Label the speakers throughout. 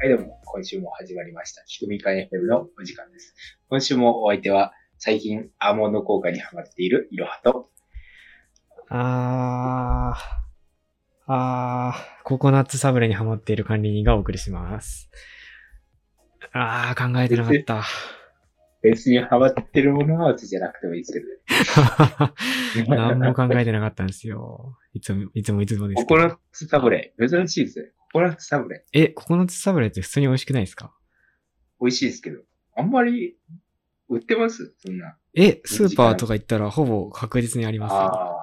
Speaker 1: はい、どうも、今週も始まりました。仕組み会 FM のお時間です。今週もお相手は、最近アーモンド効果にハマっているいろはと、
Speaker 2: あー、あー、ココナッツサブレにハマっている管理人がお送りします。あー、考えてなかった。
Speaker 1: 別にハマってるものは別じゃなくてもいいですけどね。
Speaker 2: 何も考えてなかったんですよ。いつも、いつもいつもですけ
Speaker 1: コ
Speaker 2: ど
Speaker 1: コナッツサブレ、珍しいですね。ココナッツサブレ、
Speaker 2: え、ココナッツサブレって普通に美味しくないですか
Speaker 1: 美味しいですけど、あんまり売ってますそんな。
Speaker 2: え、スーパーとか行ったらほぼ確実にありますよ。
Speaker 1: ああ、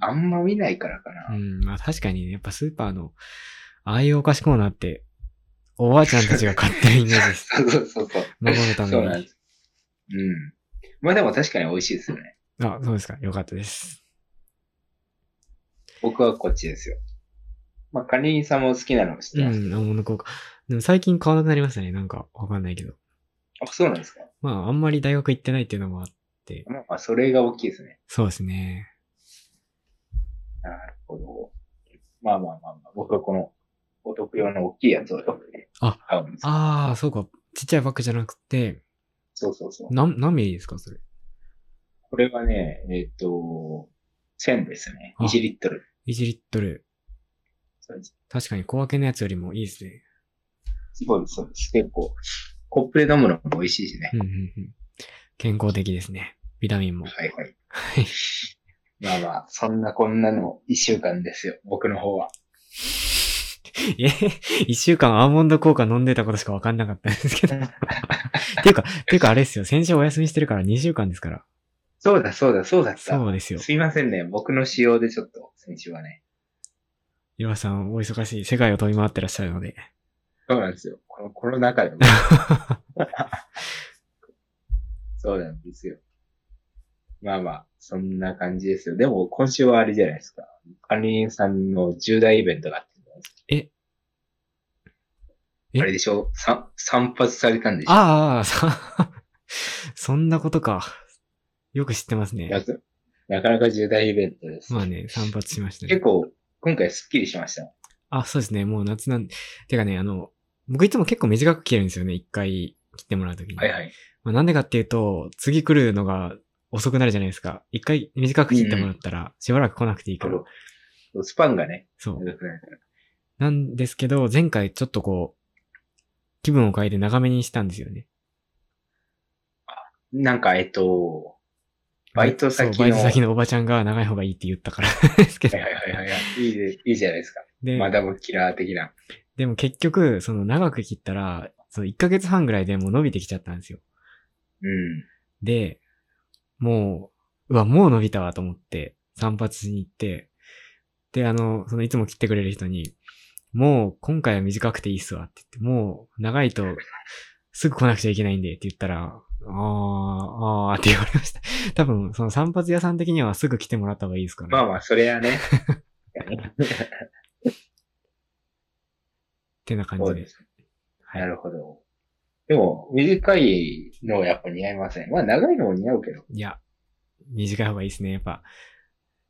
Speaker 1: あんま見ないからかな。
Speaker 2: うん、まあ確かにね、やっぱスーパーの、ああいうお菓子コーナーって、おばあちゃんたちが買ってるイメージ です。
Speaker 1: そうそうそうそう。
Speaker 2: 孫のために
Speaker 1: そうなんです。うん。まあでも確かに美味しいですよね。
Speaker 2: あ、そうですか。よかったです。
Speaker 1: 僕はこっちですよ。まあ、管理人さんも好きなのを知ってます。
Speaker 2: うん、アーモンド効果。でも最近買わなくなりましたね。なんか、わかんないけど。
Speaker 1: あ、そうなんですか。
Speaker 2: まあ、あんまり大学行ってないっていうのもあって。
Speaker 1: まあまあ、それが大きいですね。
Speaker 2: そうですね。
Speaker 1: なるほど。まあまあまあまあ、僕はこのお得用の大きいやつを
Speaker 2: あ
Speaker 1: 買うんですよ
Speaker 2: ああ、そうか。ちっちゃいバッグじゃなくて、
Speaker 1: そうそうそう。
Speaker 2: なん、何ミリですか、それ。
Speaker 1: これはね、えっ、と、1000ですね。
Speaker 2: あ
Speaker 1: 1リットル。
Speaker 2: 1リットル。
Speaker 1: そうです
Speaker 2: 確かに小分けのやつよりもいいですね。
Speaker 1: すごいです、そうです。結構、コップで飲むのも美味しいしね
Speaker 2: う。んうんうん。健康的ですね。ビタミンも。
Speaker 1: はいはい。
Speaker 2: はい。
Speaker 1: まあまあ、そんなこんなの1週間ですよ。僕の方は。
Speaker 2: え、 一週間アーモンド効果飲んでたことしかわかんなかったんですけど。 っていうか、っていうかあれですよ。先週お休みしてるから2週間ですから。
Speaker 1: そうだそうだそうだった。
Speaker 2: そうですよ。
Speaker 1: すいませんね。僕の仕様でちょっと、先週はね。
Speaker 2: いろはさん、お忙しい。世界を飛び回ってらっしゃるので。
Speaker 1: そうなんですよ。このコロナ禍 でも。そうなんですよ。まあまあ、そんな感じですよ。でも、今週はあれじゃないですか。管理人さんの重大イベントがあって
Speaker 2: ええ
Speaker 1: あれでしょさ散髪されたんでしょ
Speaker 2: ああ、さ、そ んなことか。よく知ってます
Speaker 1: な
Speaker 2: ね。
Speaker 1: かなかなか重大イベントです。
Speaker 2: まあね、散髪しました
Speaker 1: 結
Speaker 2: ね。
Speaker 1: 構、今回スッキリしました。
Speaker 2: あ、そうですね、もう夏なんてかね、あの、僕いつも結構短く切れるんですよね、一回切ってもらうときに。
Speaker 1: はいはい。
Speaker 2: まあなんでかっていうと、次来るのが遅くなるじゃないですか。一回短く切ってもらったら、しばらく来なくていいから。
Speaker 1: そうスパンがね、
Speaker 2: そう。
Speaker 1: 長くなるから
Speaker 2: なんですけど、前回ちょっとこう、気分を変えて長めにしたんですよね。
Speaker 1: なんか、えっと、バイト先の
Speaker 2: そうバイト先のおばちゃんが長い方がいいって言ったからですけ
Speaker 1: は
Speaker 2: ど
Speaker 1: い。はいはいはい はい。いいでいいじゃないですか。
Speaker 2: で
Speaker 1: マダムキラー的な。
Speaker 2: でも結局、その長く切ったら、その1ヶ月半ぐらいでもう伸びてきちゃったんですよ。
Speaker 1: うん。
Speaker 2: で、もう、うわ、もう伸びたわと思って、散髪しに行って、で、あの、そのいつも切ってくれる人に、もう今回は短くていいっすわって言って、もう長いとすぐ来なくちゃいけないんでって言ったら、あー、あーって言われました。多分、その散髪屋さん的にはすぐ来てもらった方がいいですかね。
Speaker 1: まあ
Speaker 2: っ
Speaker 1: まあ、それはね。
Speaker 2: てな感
Speaker 1: そう
Speaker 2: じ
Speaker 1: で。
Speaker 2: ですはい
Speaker 1: なるほど。でも、短いのはやっぱ似合いません。まあ、長いのも似合うけど。
Speaker 2: いや、短い方がいいですね。やっぱ、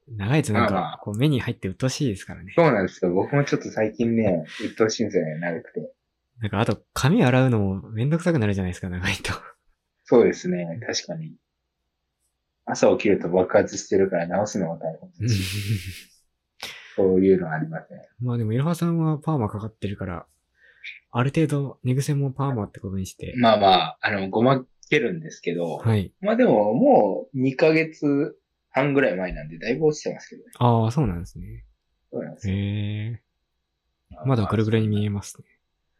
Speaker 2: 長いとなん
Speaker 1: まあまあ
Speaker 2: か、こう目に入って鬱陶しいですからね。
Speaker 1: そうなんですよ。僕もちょっと最近ね、鬱陶しいんですよね、長くて。
Speaker 2: なんか、あと、髪洗うのもめんどくさくなるじゃないですか、長い と。
Speaker 1: そうですね、確かに。朝起きると爆発してるから直すのも大変だし、そういうのはありません。
Speaker 2: まあでも、いろはさんはパーマかかってるから、ある程度、寝癖もパーマってことにして。
Speaker 1: まあまあ、あの、ごまけるんですけど、
Speaker 2: はい。
Speaker 1: まあでも、もう2ヶ月半ぐらい前なんで、だいぶ落ちてますけどね。
Speaker 2: ああ、そうなんですね。
Speaker 1: そうなんです
Speaker 2: へ
Speaker 1: よ。
Speaker 2: え。まだぐるぐるに見えますね。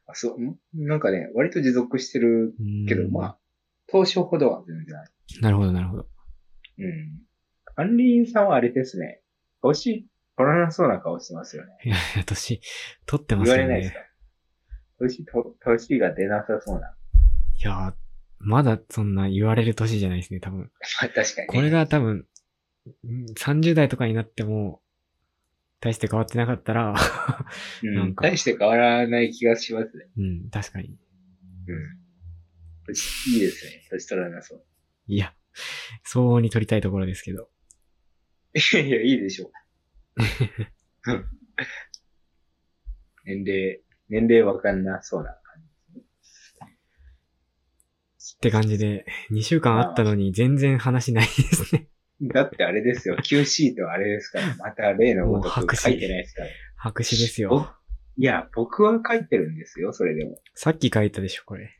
Speaker 1: あそう、んなんかね、割と持続してる
Speaker 2: うーん
Speaker 1: けど、まあ、当初ほどは全然ない。
Speaker 2: なるほど、なるほど。
Speaker 1: うん。管理員さんはあれですね、顔し、取らなそうな顔してますよね。
Speaker 2: いやいや、年、取って
Speaker 1: 言
Speaker 2: ます
Speaker 1: わ
Speaker 2: よ
Speaker 1: れ
Speaker 2: ね。
Speaker 1: ないですか年、と年が出なさそうな。
Speaker 2: いやー、まだそんな言われる年じゃないですね、多分。
Speaker 1: まあ確かにね。
Speaker 2: これが多分、うん30代とかになっても、大して変わってなかったら、
Speaker 1: う
Speaker 2: なん
Speaker 1: ん。
Speaker 2: か
Speaker 1: 大して変わらない気がしますね。
Speaker 2: うん、確かに。
Speaker 1: うん。いいですね。年取らなそう。
Speaker 2: いや、相応に取りたいところですけど。
Speaker 1: いやいや、いいでし ょう。うん年齢、年齢わかんなそうな感
Speaker 2: って感じで、2週間あったのに全然話ないですね。
Speaker 1: じ。だってあれですよ、Q シートはあれですから、また例のごと
Speaker 2: もう白
Speaker 1: く
Speaker 2: 紙
Speaker 1: 書いてないですから。い
Speaker 2: 白紙ですよ。
Speaker 1: や、僕は書いてるんですよ、それでも。
Speaker 2: さっき書いたでしょ、これ。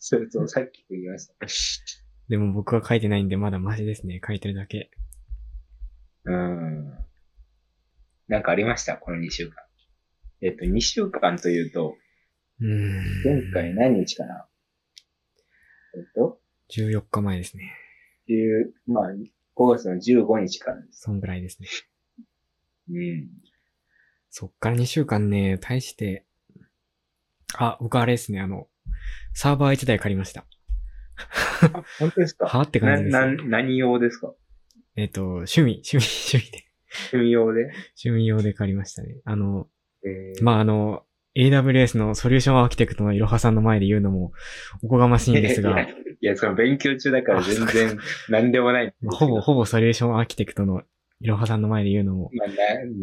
Speaker 1: そうそう、さっき言いました。
Speaker 2: でも僕は書いてないんで、まだマシですね。書いてるだけ。
Speaker 1: うーん。なんかありましたこの2週間。えっと、2週間というと、
Speaker 2: うーん。
Speaker 1: 前回何日かなえっと、
Speaker 2: 14日前ですね。
Speaker 1: 10まあ、5月の15日からです。
Speaker 2: そんぐらいですね。
Speaker 1: うん。
Speaker 2: そっから2週間ね、大して。あ、僕あれですね、あの、サーバー1台借りました。
Speaker 1: あ本当ですか
Speaker 2: はって感じです
Speaker 1: な、な、何用ですか
Speaker 2: えっと、趣味、趣味、趣味で、
Speaker 1: 趣味用で
Speaker 2: 趣味用で借りましたね。あの、
Speaker 1: えー
Speaker 2: まあ、あの、AWS のソリューションアーキテクトのいろはさんの前で言うのもおこがましいんで す
Speaker 1: い
Speaker 2: が
Speaker 1: や、いや、その勉強中だから
Speaker 2: あそ
Speaker 1: 全
Speaker 2: うか
Speaker 1: 然何でも ないんですけ
Speaker 2: まあ
Speaker 1: ど。
Speaker 2: ほぼほぼソリューションアーキテクトのいろはさんの前で言うのも
Speaker 1: まあ、な、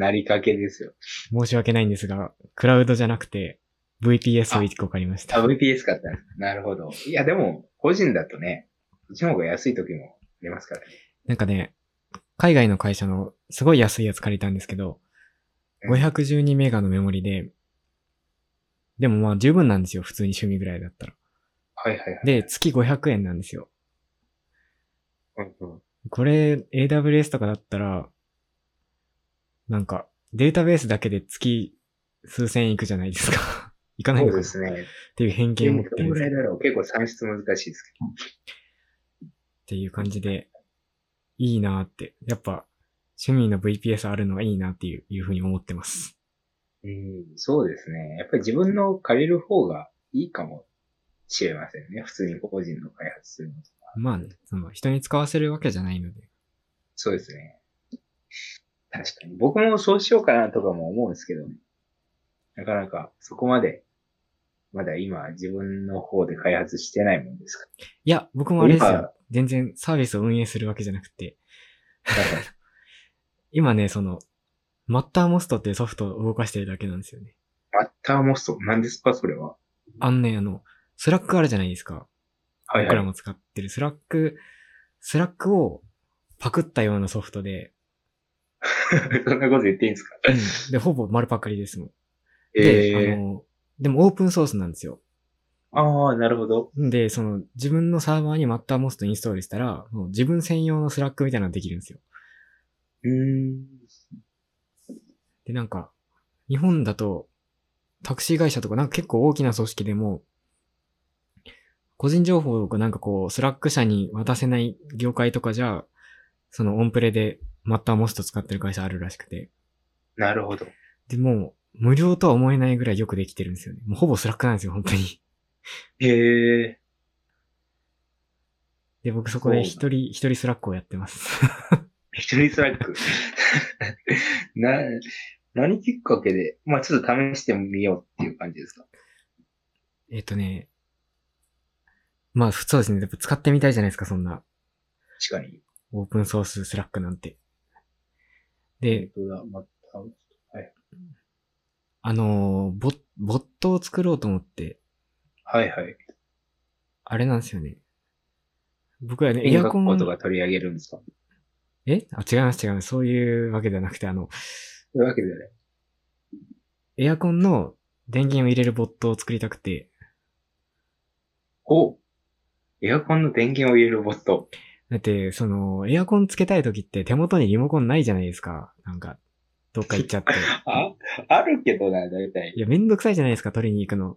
Speaker 1: なりかけですよ。
Speaker 2: 申し訳ないんですが、クラウドじゃなくて VPS を1個借りました
Speaker 1: あ、。VPS 買ったんですなるほど。いや、でも、個人だとね、こっちの方が安い時も出ますからね。
Speaker 2: なんかね、海外の会社のすごい安いやつ借りたんですけど、512メガのメモリで、でもまあ十分なんですよ、普通に趣味ぐらいだったら。
Speaker 1: はいはいはい。
Speaker 2: で、月500円なんですよ。
Speaker 1: うんうん
Speaker 2: これ、AWS とかだったら、なんか、データベースだけで月数千いくじゃないですか。 いかない
Speaker 1: そう
Speaker 2: のかっ
Speaker 1: ですね。
Speaker 2: ていう偏見を持って
Speaker 1: ど
Speaker 2: るん
Speaker 1: ん
Speaker 2: で
Speaker 1: ぐ
Speaker 2: す
Speaker 1: ら
Speaker 2: け
Speaker 1: いだ
Speaker 2: ど
Speaker 1: ろう結構算出難しいですけど。
Speaker 2: っていう感じで、いいなーって。やっぱ、趣味の VPS あるのはいいなっていういうふうに思ってます。
Speaker 1: うん、そうですね。やっぱり自分の借りる方がいいかもしれませんね。普通に個人の開発するのとか。
Speaker 2: まあね、その人に使わせるわけじゃないので。
Speaker 1: そうですね。確かに。僕もそうしようかなとかも思うんですけどね。なかなかそこまで、まだ今自分の方で開発してないもんですか
Speaker 2: いや、僕もあれです
Speaker 1: 今
Speaker 2: よ。全然サービスを運営するわけじゃなくて、
Speaker 1: ら。
Speaker 2: 今ね、その、マッターモストっていうソフトを動かしてるだけなんですよね。
Speaker 1: マッターモスト、 何ですかそれは。
Speaker 2: あのね、あの、スラックあるじゃないですか。
Speaker 1: はい
Speaker 2: 僕
Speaker 1: は
Speaker 2: ら
Speaker 1: い。
Speaker 2: も使ってるスラック、スラックをパクったようなソフトで、
Speaker 1: そんなこと言っていいんですか
Speaker 2: で、ほぼ丸パクリですもん。で、あ
Speaker 1: ええ
Speaker 2: の、でもオープンソースなんですよ。
Speaker 1: ああ、なるほど。
Speaker 2: で、その、自分のサーバーにマッターモストインストールしたら、もう自分専用のスラックみたいなのができるんですよ。
Speaker 1: うーん。
Speaker 2: で、なんか、日本だと、タクシー会社とか、なんか結構大きな組織でも、個人情報がなんかこう、スラック社に渡せない業界とかじゃ、そのオンプレでマッターモスト使ってる会社あるらしくて。
Speaker 1: なるほど。
Speaker 2: で、もう、無料とは思えないぐらいよくできてるんですよね。もうほぼスラックなんですよ、本当に。
Speaker 1: ええ
Speaker 2: で、僕そこ
Speaker 1: そ
Speaker 2: で一人、一人スラックをやってます。
Speaker 1: 一人スラック。 な、何きっかけで、まあちょっと試してみようっていう感じですか。
Speaker 2: えっとね、まあ、そうですね。やっぱ使ってみたいじゃないですか、そんな。
Speaker 1: 確かに。
Speaker 2: オープンソーススラックなんて。で、
Speaker 1: 本当だ、また、
Speaker 2: あのーボッ、ボットを作ろうと思って、
Speaker 1: はいはい。
Speaker 2: あれなんですよね。僕 はね、エ
Speaker 1: 音
Speaker 2: アコ
Speaker 1: 楽
Speaker 2: ン
Speaker 1: と、か取り上げるんですか
Speaker 2: えあ、違います違います。そういうわけではなくて、あの、
Speaker 1: そういうわけでね。
Speaker 2: エアコンの電源を入れるボットを作りたくて、
Speaker 1: おうエアコンの電源を入れるボット。
Speaker 2: だって、その、エアコンつけたい時って手元にリモコンないじゃないですか。なんか、どっか行っちゃって。
Speaker 1: あ、あるけどな、だいたい。
Speaker 2: いや、めんどくさいじゃないですか、取りに行くの。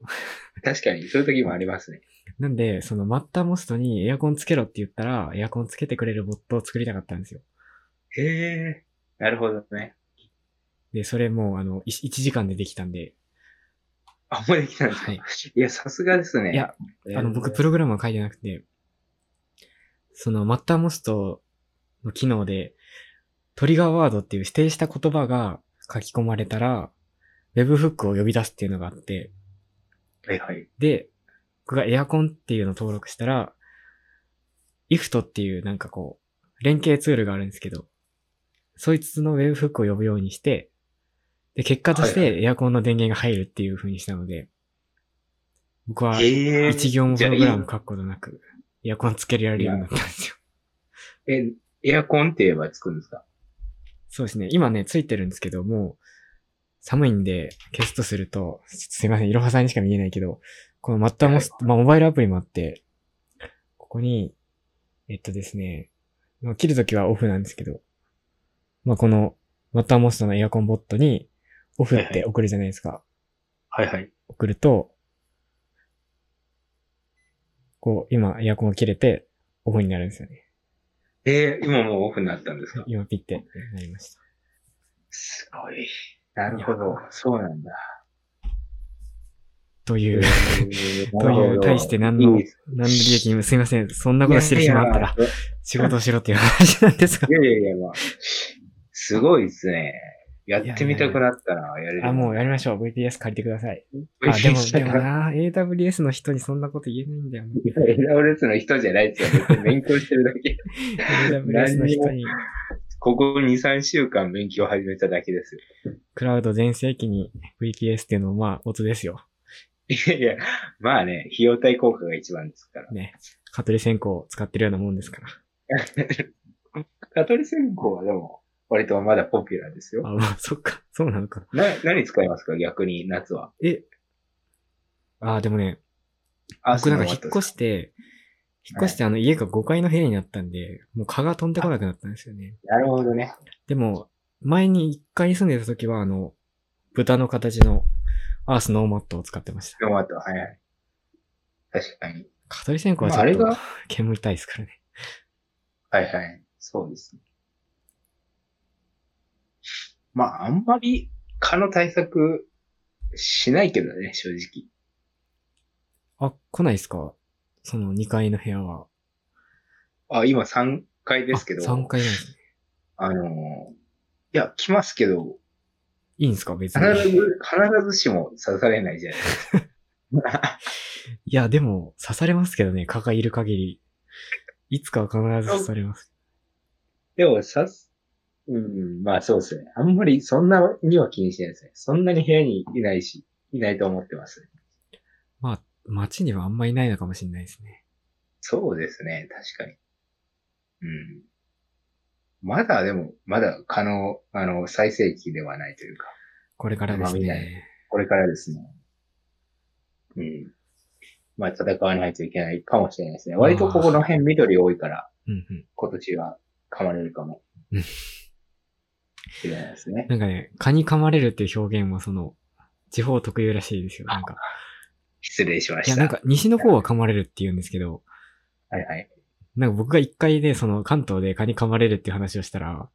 Speaker 1: 確かに、そういう時もありますね。
Speaker 2: なんで、そのマッターモストにエアコンつけろって言ったら、エアコンつけてくれるボットを作りたかったんですよ。
Speaker 1: へえ、なるほどね。
Speaker 2: で、それもう、あの、1時間でできたんで。
Speaker 1: あ、もうできたんですか、
Speaker 2: はい
Speaker 1: い、や、さすがですね。
Speaker 2: いや、
Speaker 1: えー、
Speaker 2: あの、僕、プログラムは書いてなくて、そのマッターモストの機能で、トリガーワードっていう指定した言葉が、書き込まれたら、Webhook を呼び出すっていうのがあって、
Speaker 1: はいはい。
Speaker 2: で、僕がエアコンっていうのを登録したら、IFT っていうなんかこう、連携ツールがあるんですけど、そいつの Webhook を呼ぶようにして、で、結果とし
Speaker 1: はい
Speaker 2: てエアコンの電源が入るっていう風にしたので、僕は
Speaker 1: ええ
Speaker 2: 一行もプログラム
Speaker 1: じゃ
Speaker 2: 書くことなく、エアコンつけられるようになったんですよ。
Speaker 1: あいいえ、エアコンって言えばつくんですか
Speaker 2: そうですね。今ね、ついてるんですけど、もう、寒いんで、消すとすると、ちょっとすいません、いろはさんにしか見えないけど、このマッターモス、まあ、モバイルアプリもあって、ここに、えっとですね、まあ、切るときはオフなんですけど、まあ、この、マッターモストのエアコンボットに、オフっ
Speaker 1: はい
Speaker 2: て送るじゃないですか。
Speaker 1: はいはい。
Speaker 2: 送ると、こう、今、エアコンが切れて、オフになるんですよね。
Speaker 1: ええ今もうオフになったんですか
Speaker 2: 今、ピッて、なりました。
Speaker 1: すごい。なるほど。そうなんだ。
Speaker 2: と
Speaker 1: と
Speaker 2: いう。という、対して何の、何の利益にも、すいません、そんなことしてる暇あったら、
Speaker 1: い
Speaker 2: 仕事をしろっていう話なんですが。
Speaker 1: やいやいやいやいや、まあ、すごいですね。やってみたくなったらやれる。
Speaker 2: あ、もうやりましょう。VPS 借りてください。
Speaker 1: う
Speaker 2: あ、でも、でも
Speaker 1: 選
Speaker 2: な、AWS の人にそんなこと言えないんだよな。
Speaker 1: ばれの人じゃ ないですよ。別に勉強してるだけ。
Speaker 2: AWS の人に、
Speaker 1: ここ2、3週間勉強始めただけですよ。
Speaker 2: クラウド全盛期に VPS っていうのもまあ、コツですよ。
Speaker 1: いやいや、まあね、費用対効果が一番ですから。
Speaker 2: ね。カトリ線香を使ってるようなもんですから。
Speaker 1: カトリ線香はでも、割とまだポピュラーですよ。
Speaker 2: あ、まあ、そっか。そうなのか。
Speaker 1: な、何使いますか逆に、夏は。
Speaker 2: え。あ、でもね、
Speaker 1: あ
Speaker 2: 僕なんか引っ越
Speaker 1: し、
Speaker 2: して、引っ越してあの家が5階の部屋になったんで、もう蚊が飛んでこなくなったんですよね。
Speaker 1: なるほどね。
Speaker 2: でも、前に一回住んでた時は、あの、豚の形のアースノーマットを使ってました。
Speaker 1: トマト、はいはい。確かに。
Speaker 2: 蚊取り線香は
Speaker 1: ま
Speaker 2: ち
Speaker 1: あ、あ
Speaker 2: ょ
Speaker 1: れ
Speaker 2: っと
Speaker 1: が、
Speaker 2: 煙たいですからね。
Speaker 1: はいはい。そうですね。まあ、あんまり、蚊の対策、しないけどね、正直。
Speaker 2: あ、来ないですかその2階の部屋は。
Speaker 1: あ、今3回ですけど、
Speaker 2: 3階なんですね。
Speaker 1: あの、いや、来ますけど、
Speaker 2: いいんですか別
Speaker 1: 必ず、
Speaker 2: に。
Speaker 1: 必ずしも刺されないじゃないですか。
Speaker 2: いや、でも、刺されますけどね。蚊がいる限り。いつかは必ず刺されます。
Speaker 1: でも、刺す、うん、まあそうですね。あんまりそんなには気にしてないですね。そんなに部屋にいないし、いないと思ってます。
Speaker 2: まあ、街にはあんまいないのかもしれないですね。
Speaker 1: そうですね、確かに。うん。まだでも、まだ可能、あの、最盛期ではないというか、
Speaker 2: これからです
Speaker 1: まあ見ない
Speaker 2: ね。
Speaker 1: これからですね。うん。まあ戦わないといけないかもしれないですね。割とここの辺緑多いから、
Speaker 2: うんうん。
Speaker 1: 今年は噛まれるかも
Speaker 2: うん。
Speaker 1: しれないですね。
Speaker 2: なんかね、蚊に噛まれるっていう表現はその、地方特有らしいですよ。なんか。
Speaker 1: 失礼しま
Speaker 2: い
Speaker 1: し
Speaker 2: や、
Speaker 1: た。
Speaker 2: なんか西の方は噛まれるって言うんですけど、
Speaker 1: はいはい。
Speaker 2: なんか僕が一回で、その関東で蚊に噛まれるっていう話をしたら、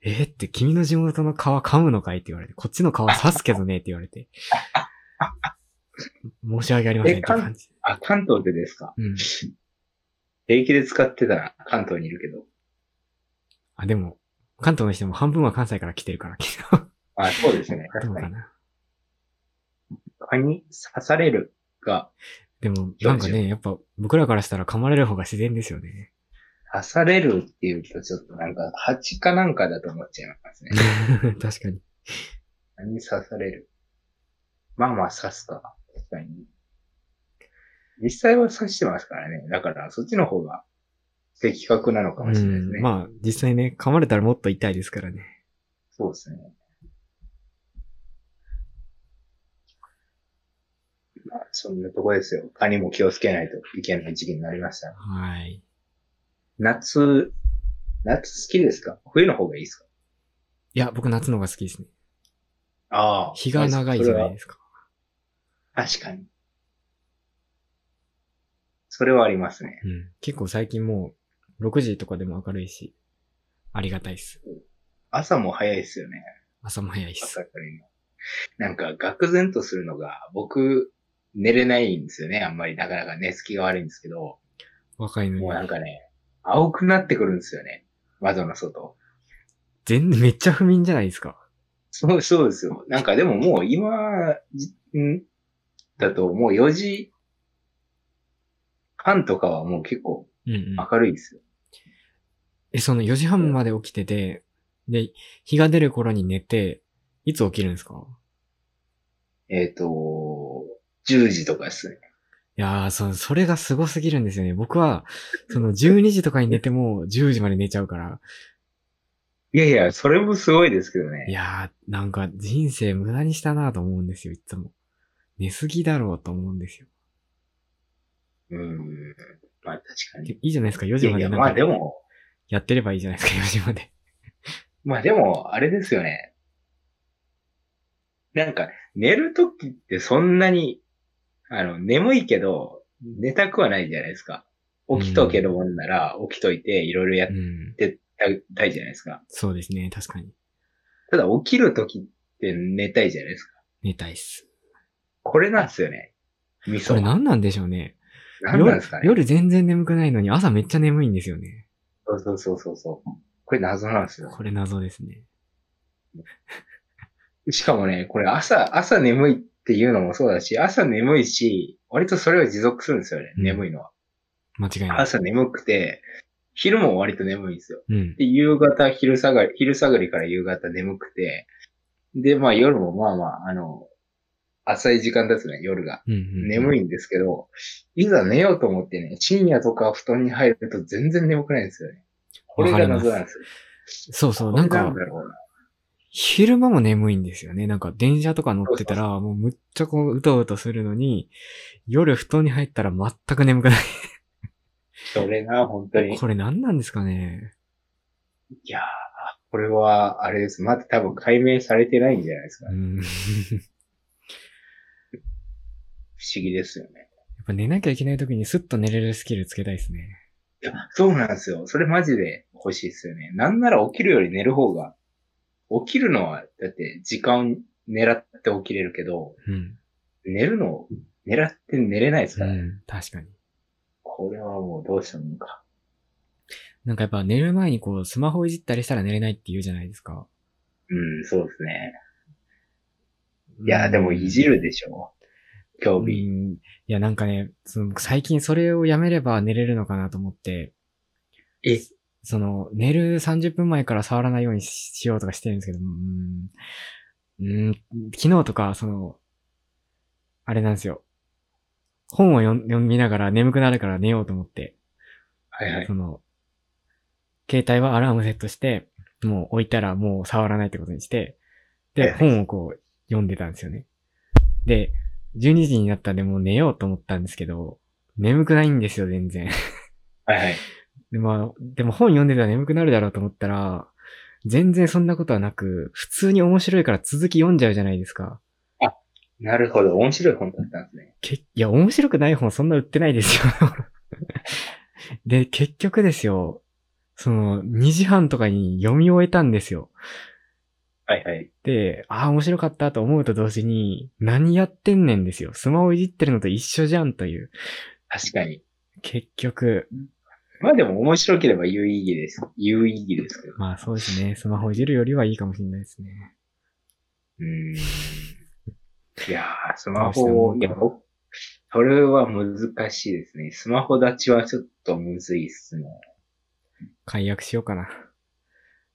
Speaker 2: えー、って君の地元の蚊は噛むのかいって言われて、こっちの蚊は刺すけどねって言われて、申し訳ありませんって感じ。
Speaker 1: あ、関東でですか
Speaker 2: うん。
Speaker 1: 平気で使ってたら関東にいるけど。
Speaker 2: あ、でも、関東の人も半分は関西から来てるから、
Speaker 1: あ、そうですね。確
Speaker 2: どう
Speaker 1: か
Speaker 2: か
Speaker 1: に。
Speaker 2: な。
Speaker 1: 蚊に刺されるが、
Speaker 2: でも、なんかね、やっぱ僕らからしたら噛まれる方が自然ですよ ね。
Speaker 1: 刺されるっていうとちょっとなんか、蜂かなんかだと思っちゃいますね。
Speaker 2: 確かに。
Speaker 1: 蚊に刺される。まあまあ刺すか。確かに。実際は刺してますからね。だから、そっちの方が的確なのかもしれないですね。
Speaker 2: うん、まあ、実際ね、噛まれたらもっと痛いですからね。
Speaker 1: そうですね。まあ、そんなとこですよ。蚊にも気をつけないといけない時期になりました。
Speaker 2: はい。
Speaker 1: 夏、夏好きですか冬の方がいいです
Speaker 2: いや、僕夏の方が好きですね。
Speaker 1: かああ。
Speaker 2: 日が長いじゃないですか。
Speaker 1: 確かに。それはありますね。
Speaker 2: うん。結構最近もう、6時とかでも明るいし、ありがたいっす。
Speaker 1: 朝も早いですよね。
Speaker 2: 朝も早いっ
Speaker 1: 朝
Speaker 2: す。
Speaker 1: から今。なんか、愕然とするのが、僕、寝れないんですよね。あんまり、なかなか寝つきが悪いんですけど。
Speaker 2: 若いの
Speaker 1: もうなん
Speaker 2: に。
Speaker 1: かね、青くなってくるんですよね。窓の外。
Speaker 2: 全然めっちゃ不眠じゃないですか。
Speaker 1: そう、そうですよ。なんかでももう今、じんだともう4時半とかはもう結構
Speaker 2: うんうん。
Speaker 1: 明るいですよ。
Speaker 2: え、その4時半まで起きてて、で、日が出る頃に寝て、いつ起きるんですか
Speaker 1: えっ、と、10時とかですね。
Speaker 2: いやー、そ、それがすごすぎるんですよね。僕は、その12時とかに寝ても10時まで寝ちゃうから、
Speaker 1: いやいや、それもすごいですけど
Speaker 2: い
Speaker 1: ね。
Speaker 2: やー、なんか人生無駄にしたなと思うんですよ、いつも。寝すぎだろうと思うんですよ。
Speaker 1: うん。まあ確かに。
Speaker 2: いいじゃないですか、4
Speaker 1: い
Speaker 2: 時
Speaker 1: や
Speaker 2: ま
Speaker 1: い
Speaker 2: で
Speaker 1: や、
Speaker 2: なん
Speaker 1: まあ
Speaker 2: か
Speaker 1: でも、
Speaker 2: やってればいいじゃないですか、4時まで。
Speaker 1: まあでも、あれですよね。なんか、寝るときってそんなに、あの、眠いけど、寝たくはないじゃないですか。起きとけるもんなら、起きといて、いろいろやっ
Speaker 2: うん。
Speaker 1: てたいじゃないですか。
Speaker 2: そうですね、確かに。
Speaker 1: ただ、起きるときって寝たいじゃないですか。
Speaker 2: 寝たいっす。
Speaker 1: これなんですよね。ミ
Speaker 2: こ
Speaker 1: ソ。
Speaker 2: れ
Speaker 1: なん
Speaker 2: 何なんでしょうね。
Speaker 1: なんですかね。
Speaker 2: 夜夜全然眠くないのに朝めっちゃ眠いんですよね。
Speaker 1: そうそうそうそうそう。これ謎なんですよ。
Speaker 2: これ謎ですね。
Speaker 1: しかもね、これ朝、朝眠いっていうのもそうだし、朝眠いし、割とそれを持続するんですよね、
Speaker 2: うん
Speaker 1: 眠いのは。
Speaker 2: 間違いない。
Speaker 1: 朝眠くて、昼も割と眠いんですよ。
Speaker 2: うん。
Speaker 1: で、夕方、昼下がり、昼下がりから夕方眠くて、で、まあ夜もまあまあ、あの、浅い時間ですね、夜が。
Speaker 2: うんうん、
Speaker 1: 眠
Speaker 2: い。
Speaker 1: いんですけど、いざ寝ようと思ってね、深夜とか布団に入ると全然眠くないんですよね。これが謎なんですよ。
Speaker 2: そうそう、なんか
Speaker 1: これ、だろうな
Speaker 2: 昼間も眠いんですよね。なんか電車とか乗ってたら、もうむっちゃこう、うとうとするのに、夜布団に入ったら全く眠くな
Speaker 1: それが本当
Speaker 2: い。
Speaker 1: に。
Speaker 2: これ何なんですかね。
Speaker 1: いやー、これは、あれです。まだ多分解明されてないんじゃないですか
Speaker 2: う
Speaker 1: ね。
Speaker 2: ん。や っ
Speaker 1: 不思議ですよね。
Speaker 2: ぱ寝なきゃいけない時にスッと寝れるスキルつけたいですね。
Speaker 1: いやそうなんですよ。それマジで欲しいですよね。なんなら起きるより寝る方が、起きるのは、だって時間狙って起きれるけど、
Speaker 2: うん。
Speaker 1: 寝るのを狙って寝れないです
Speaker 2: う
Speaker 1: からね。
Speaker 2: ん。確かに。
Speaker 1: これはもうどうしたもんか。
Speaker 2: なんかやっぱ寝る前にこう、スマホいじったりしたら寝れないって言うじゃないですか。
Speaker 1: うん、そうですね。いや、
Speaker 2: うん
Speaker 1: でもいじるでしょう。興
Speaker 2: うん
Speaker 1: 味。
Speaker 2: いや、なんかね、その最近それをやめれば寝れるのかなと思って、
Speaker 1: え
Speaker 2: その、寝る30分前から触らないようにししようとかしてるんですけど、うーん、うーん昨日とか、その、あれなんですよ。本を読ん読みながら眠くなるから寝ようと思って、
Speaker 1: はいはい
Speaker 2: そ。の、携帯はアラームセットして、もう置いたらもう触らないってことにして、
Speaker 1: はい
Speaker 2: で、
Speaker 1: はい
Speaker 2: 本をこう読んでたんですよね。で、12時になったんでもう寝ようと思ったんですけど、眠くないんですよ、全然。
Speaker 1: はいはい。
Speaker 2: でも、でも本読んでたら眠くなるだろうと思ったら、全然そんなことはなく、普通に面白いから続き読んじゃうじゃないですか。
Speaker 1: なるほど。面白い本だったんですね。
Speaker 2: けいや、面白くない本そんな売ってないですよ。 で、結局ですよ、その、2時半とかに読み終えたんですよ。
Speaker 1: はいはい。
Speaker 2: で、ああ、面白かったと思うと同時に、何やってんねんですよ。スマホいじってるのと一緒じゃんという。
Speaker 1: 確かに。
Speaker 2: 結局、
Speaker 1: まあでも面白ければ有意義です。有意義ですけど。
Speaker 2: まあそうですね、スマホいじるよりはいいかもしれないですね。
Speaker 1: うーんいやー、スマ
Speaker 2: どう
Speaker 1: ホ、
Speaker 2: し
Speaker 1: い
Speaker 2: て
Speaker 1: や、
Speaker 2: もか
Speaker 1: 僕それは難しいですね。スマホ立ちはちょっとむずいっすね。
Speaker 2: 解約しようかな。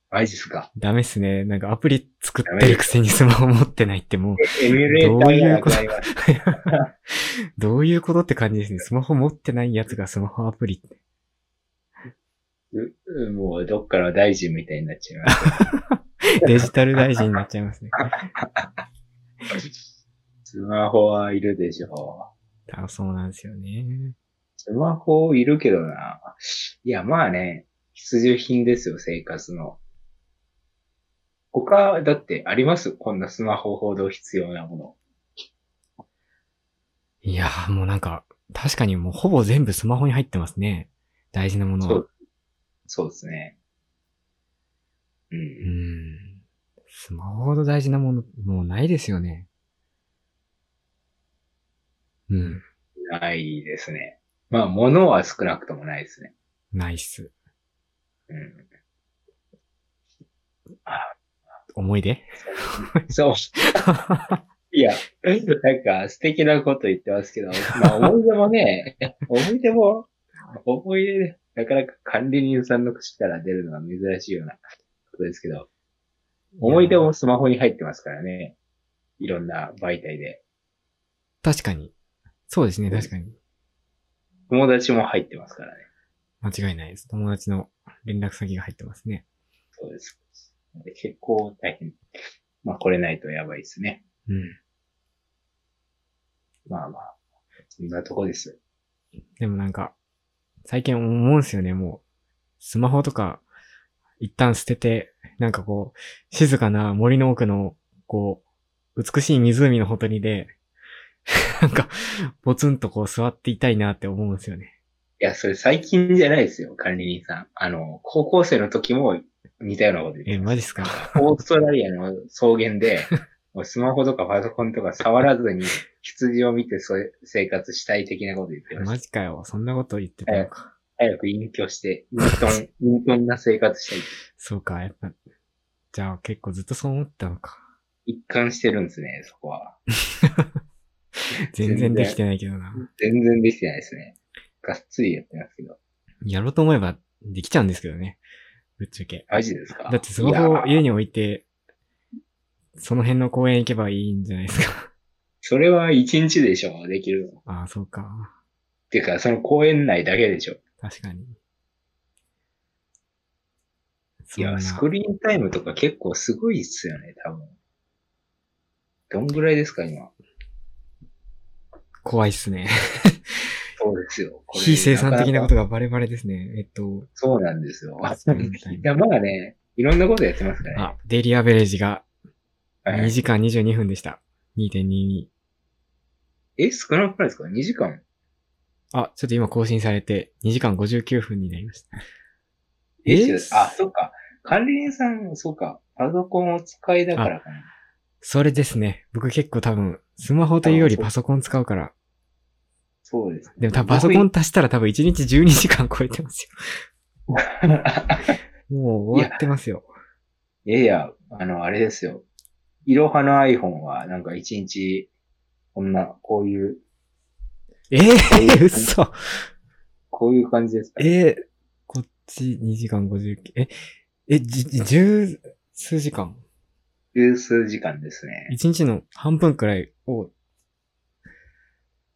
Speaker 1: マジっすか。
Speaker 2: ダメっすね。なんかアプリ作ってるくせにスマホ持ってないってもう、
Speaker 1: エミュレーターがなくなります
Speaker 2: どういうことって感じですね。スマホ持ってないやつがスマホアプリって。
Speaker 1: うもう、どっから大臣みたいになっちゃいます。
Speaker 2: デジタル大臣になっちゃいますね。
Speaker 1: スマホはいるでしょう。
Speaker 2: あそうなんですよね。
Speaker 1: スマホいるけどな。いや、まあね、必需品ですよ、生活の。他、だってありますこんなスマホほど必要なもの。
Speaker 2: いやーもうなんか、確かにもうほぼ全部スマホに入ってますね。大事なもの
Speaker 1: そ
Speaker 2: は
Speaker 1: う。そうですね。う。
Speaker 2: うんん。スマホほど大事なもの、もうないですよね。うん。
Speaker 1: ないですね。まあ、物は少なくともないですね。
Speaker 2: ないっす。
Speaker 1: うん。あ
Speaker 2: 思い出
Speaker 1: そう。いや、なんか素敵なこと言ってますけど、まあ思い出もね、 思い出も、思い出で、なかなか管理人さんの口から出るのは珍しいようなことですけど、思い出もスマホに入ってますからね。いろんな媒体で。
Speaker 2: 確かに。そうですね、確かに。
Speaker 1: 友達も入ってますからね。
Speaker 2: 間違いないです。友達の連絡先が入ってますね。
Speaker 1: そうです。で結構大変。まあこれないとやばいですね。
Speaker 2: うん。
Speaker 1: まあまあ、そんなとこですよ。
Speaker 2: でもなんか、最近思うんですよね、もう。スマホとか、一旦捨てて、なんかこう、静かな森の奥の、こう、美しい湖のほとりで、 なんか、ぼつんとこう座っていたいなって思うんですよね。
Speaker 1: いや、それ最近じゃないですよ、管理人さん。あの、高校生の時も似たようなこと言って
Speaker 2: え、マジっすか
Speaker 1: オーストラリアの草原で、 もうスマホとかパソコンとか触らずに羊を見てそ生活したい的なこと言ってま
Speaker 2: マ
Speaker 1: した。
Speaker 2: ジかよ。そんなこと言ってたのか。
Speaker 1: 早く隠居して、隠遁、隠遁な生活したい。
Speaker 2: そうか、やっぱ。じゃあ結構ずっとそう思ってたのか。
Speaker 1: 一貫してるんですね、そこは。全
Speaker 2: 全然
Speaker 1: 然
Speaker 2: できてないけどな。
Speaker 1: 全然できてないですね。がっつりやってますけど。
Speaker 2: やろうと思えばできちゃうんですけどね。ぶっちゃけ。
Speaker 1: マジですか
Speaker 2: だってスマホを
Speaker 1: いや
Speaker 2: 家に置いて、その辺の公園行けばいいんじゃないです か。
Speaker 1: それは一日でしょ、できるの。っ
Speaker 2: ああ、そうか。
Speaker 1: ていうか、その公園内だけでしょ。
Speaker 2: 確かに。そ
Speaker 1: い
Speaker 2: んな
Speaker 1: や、スクリーンタイムとか結構すごいっすよね、多分。どんぐらいですか、今。
Speaker 2: 怖いっすね。
Speaker 1: そうですよ。これ
Speaker 2: 非生産的なこ
Speaker 1: かか
Speaker 2: とがバレバレですね。えっと、
Speaker 1: そうなんですよ。
Speaker 2: スクリーンタイ
Speaker 1: い
Speaker 2: ム
Speaker 1: や、まだね、いろんなことやってますからね。
Speaker 2: あ、デイリーアベレージが
Speaker 1: は
Speaker 2: 2
Speaker 1: い
Speaker 2: 時間22分でした。2.22。
Speaker 1: え、少なくないですか ?2 時間
Speaker 2: あ、ちょっと今更新されて2時間59分になりました。
Speaker 1: え
Speaker 2: え
Speaker 1: 違うあ、そっか。管理人さん、そうか。パソコンを使いだからかな。
Speaker 2: それですね。僕結構多分、スマホというよりパソコン使うから。
Speaker 1: そうです、ね。
Speaker 2: でも多分パソコン足したら多分1日12時間超えてます
Speaker 1: 僕。
Speaker 2: よ。もう終わってますよ。
Speaker 1: いやいや、あの、あれですよ。いろはの iPhone は、なんか1日、こんな、こういう、
Speaker 2: ええ
Speaker 1: い
Speaker 2: ー、
Speaker 1: や
Speaker 2: 嘘。
Speaker 1: こういう感じですか、
Speaker 2: えー、こっち2時間59。え、え、じ、十数時間
Speaker 1: 十数時間ですね。
Speaker 2: ?1 日の半分くらいを、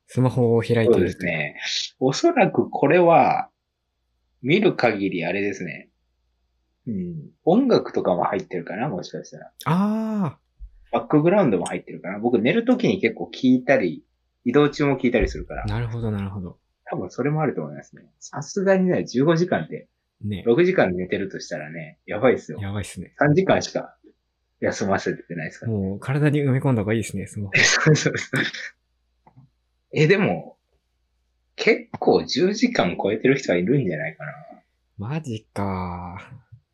Speaker 2: スマホを開い
Speaker 1: そ
Speaker 2: て
Speaker 1: うで
Speaker 2: いる
Speaker 1: すね。おそらくこれは、見る限りあれですね。うん。音楽とかも入ってるかなもしかしたら。
Speaker 2: ああ、
Speaker 1: バックグラウンドも入ってるかな僕寝るときに結構聞いたり、移動中も聞いたりするから、
Speaker 2: なるほど、なるほど。
Speaker 1: 多分それもあると思いますね。さすがにね、15時間って、
Speaker 2: ね。
Speaker 1: 6時間寝てるとしたらね、やばいですよ。
Speaker 2: やばいっすね。
Speaker 1: 3時間しか休ませてないですから。
Speaker 2: もう体に埋め込んだ方がいいですね、スマホ。
Speaker 1: そうそうそう え、でも、結構10時間超えてる人はいるんじゃないかな。
Speaker 2: マジか。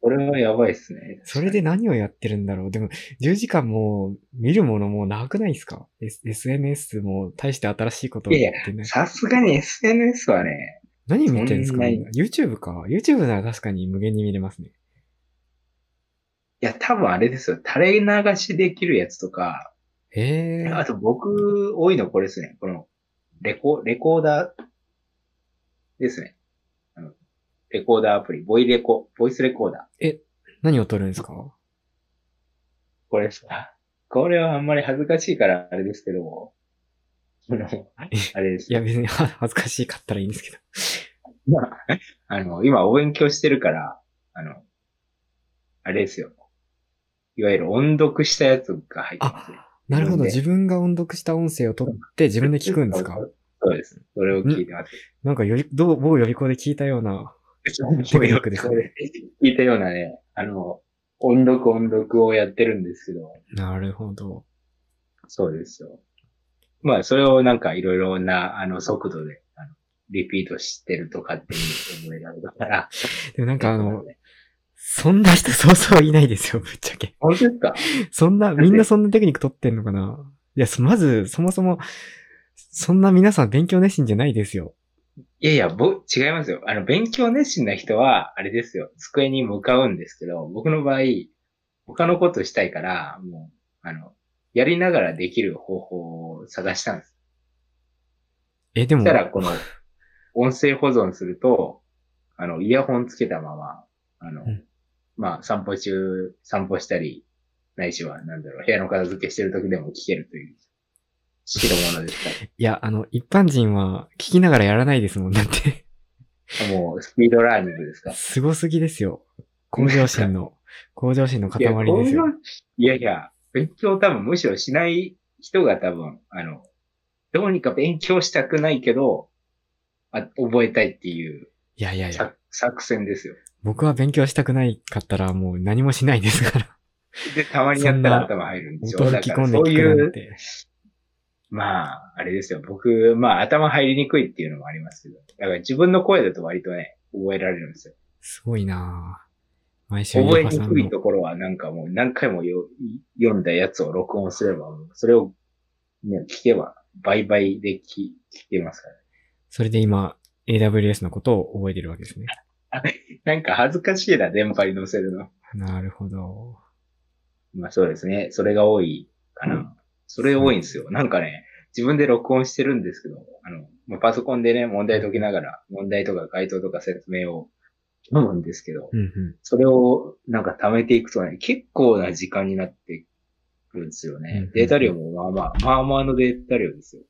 Speaker 1: これはやばいっすね。
Speaker 2: それで何をやってるんだろうでも、10時間も見るものもなくないですか、S、?SNS も大して新しいことをやってない。
Speaker 1: さすがに SNS はね、
Speaker 2: 何見てるんですか
Speaker 1: そんな
Speaker 2: みんな ?YouTube か。YouTube なら確かに無限に見れますね。
Speaker 1: いや、多分あれですよ。垂れ流しできるやつとか、
Speaker 2: へえ。
Speaker 1: あと僕、多いのこれですね。この、レコ、レコーダーですね。あのレコーダーアプリ、ボイレコ、ボイスレコーダー。
Speaker 2: 何を撮るんですか
Speaker 1: これさ、これはあんまり恥ずかしいからあれですけど、あの、あれです
Speaker 2: いや、別には恥ずかしかったらいいんですけど。
Speaker 1: まあ、あの、今お勉強してるから、あの、あれですよ。いわゆる音読したやつが入ってますね。
Speaker 2: なるほど。
Speaker 1: 自
Speaker 2: 自分が音読した音声を撮って自分で聞くんですか
Speaker 1: そうです。それを聞いてます。
Speaker 2: なんかより、どう、某予備校で聞いたような。テクニックですね
Speaker 1: 聞いたようなね、あの、音読音読をやってるんですけど、
Speaker 2: なるほど。
Speaker 1: そうですよ。まあ、それをなんかいろいろな、あの、速度で、あの、リピートしてるとかっていう思いがあるから。
Speaker 2: でもなんかあの、そんな人そうそういないですよ、 ぶっちゃけ。
Speaker 1: 本当ですか
Speaker 2: そんな、
Speaker 1: んで
Speaker 2: みんなそんなテクニック取ってんのかないや、そまず、そもそも、そんな皆さん勉強熱心じゃないですよ。
Speaker 1: いやいや、僕、違いますよ。あの、勉強熱心な人は、あれですよ。机に向かうんですけど、僕の場合、他のことしたいから、もう、あの、やりながらできる方法を探したんです。
Speaker 2: え、で
Speaker 1: そ
Speaker 2: も
Speaker 1: し、たら、この、音声保存すると、あの、イヤホンつけたまま、あの、
Speaker 2: うん
Speaker 1: まあ、散歩中、散歩したり、ないしは、なんだろう、部屋の片付けしてる時でも聞けるという、代物 ですか
Speaker 2: いや、あの、一般人は聞きながらやらないですもん。だって、
Speaker 1: ら。もう、スピードラーニングですか
Speaker 2: すごすぎですよ。向上心の、向上心の塊
Speaker 1: いや、こう
Speaker 2: です
Speaker 1: いう
Speaker 2: よ
Speaker 1: の。いやいや、勉強多分むしろしない人が多分、あの、どうにか勉強したくないけど、あ覚えたいっていう
Speaker 2: いやいやいや、
Speaker 1: 作作戦ですよ。
Speaker 2: 僕は勉強したくないかったらもう何もしないですから。
Speaker 1: で、たまにやったら
Speaker 2: そ
Speaker 1: 頭入るんです
Speaker 2: 音
Speaker 1: よ。だ
Speaker 2: 吹き
Speaker 1: か
Speaker 2: 込
Speaker 1: ら
Speaker 2: ん で
Speaker 1: そう
Speaker 2: 聞く
Speaker 1: い
Speaker 2: なん
Speaker 1: う、
Speaker 2: て。
Speaker 1: まあ、あれですよ。僕、まあ頭入りにくいっていうのもありますけど。だから自分の声だと割とね、覚えられるんですよ。
Speaker 2: すごいなぁ。毎週、
Speaker 1: 覚え
Speaker 2: ゆうこ
Speaker 1: に
Speaker 2: さん
Speaker 1: くい
Speaker 2: の
Speaker 1: ところはなんかもう何回もよ読んだやつを録音すれば、もうそれを、ね、聞けば、倍々で聞聞けますから。
Speaker 2: それで今、AWS のことを覚えてるわけですね。
Speaker 1: なんか恥ずかしいな、電波に乗せるの。
Speaker 2: なるほど。
Speaker 1: まあそうですね。それが多いかな。それ多いんですよ。なんかね、自分で録音してるんですけど、あの、まあ、パソコンでね、問題解きながら、問題とか回答とか説明を読むんですけど、
Speaker 2: うんう
Speaker 1: それをなんか貯めていくとね、結構な時間になってくるんですよ
Speaker 2: う
Speaker 1: ね
Speaker 2: ん。
Speaker 1: データ量もまあまあ、まあまあのデータ量ですよ。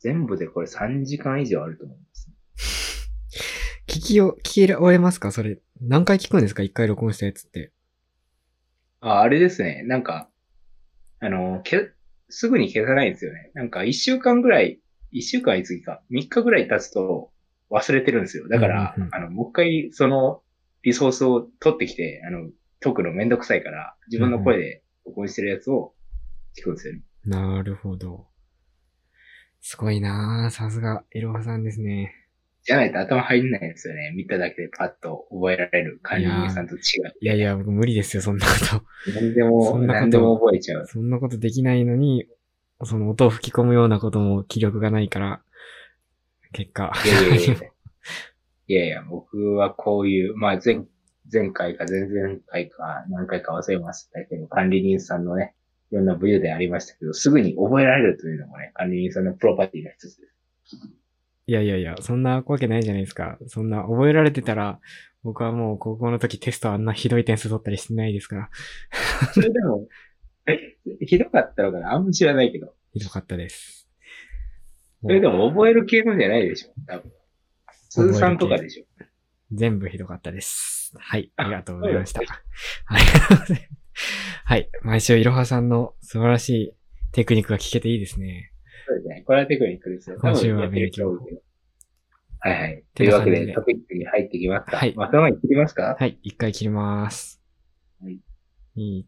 Speaker 1: 全部でこれ3時間以上あると思います。
Speaker 2: ん。聞きを、聞き終えますかそれ、何回聞くんですか一回録音したやつって。
Speaker 1: あ、あれですね。なんか、あの、け、すぐに消さないんですよね。なんか、一週間ぐらい、一週間はいつぎか、三日ぐらい経つと忘れてるんですよ。だから、
Speaker 2: うんうんうん
Speaker 1: あの、もう一回、その、リソースを取ってきて、あの、解くのめんどくさいから、自分の声で録音してるやつを聞くんですよね。
Speaker 2: なるほど。すごいなぁ。さすが、いろはさんですね。
Speaker 1: じゃないと頭入んないんですよね。見ただけでパッと覚えられる管理人さんと違う。
Speaker 2: いやいや、僕無理ですよ、そんなこ
Speaker 1: 何で
Speaker 2: そ
Speaker 1: も、
Speaker 2: んなこと
Speaker 1: 何でも覚えちゃう
Speaker 2: と。。そんなことできないのに、その音を吹き込むようなことも気力がないから、結果。
Speaker 1: いやいやいや。いやいや、僕はこういう、まあ前、前回か前々回か何回か忘れましたけど、管理人さんのね、いろんな武勇でありましたけど、すぐに覚えられるというのもね、管理人さんのプロパティの 一つです。
Speaker 2: いやいやいや、そんなわけないじゃないですか。そんな、覚えられてたら、僕はもう高校の時テストあんなひどい点数取ったりしてないですから、
Speaker 1: それでも、え、ひどかったのかなあんま知らないけど。
Speaker 2: ひどかったです。
Speaker 1: それでも覚える系のじゃないでしょ多分。通算とかでしょ
Speaker 2: 全部ひどかったです。はい、ありがとうございました
Speaker 1: は。
Speaker 2: はい。はい、毎週いろはさんの素晴らしいテクニックが聞けていいですね。
Speaker 1: そうですね。これはテクニックですよ。
Speaker 2: 今週は
Speaker 1: 多分やってると思うけどはいはい。と
Speaker 2: て
Speaker 1: い
Speaker 2: な
Speaker 1: うわ
Speaker 2: 感じ
Speaker 1: け
Speaker 2: で
Speaker 1: で、トピックに入ってきますか。
Speaker 2: はい
Speaker 1: まあ、その前に切りますか
Speaker 2: はい、一回切ります。
Speaker 1: はい
Speaker 2: いい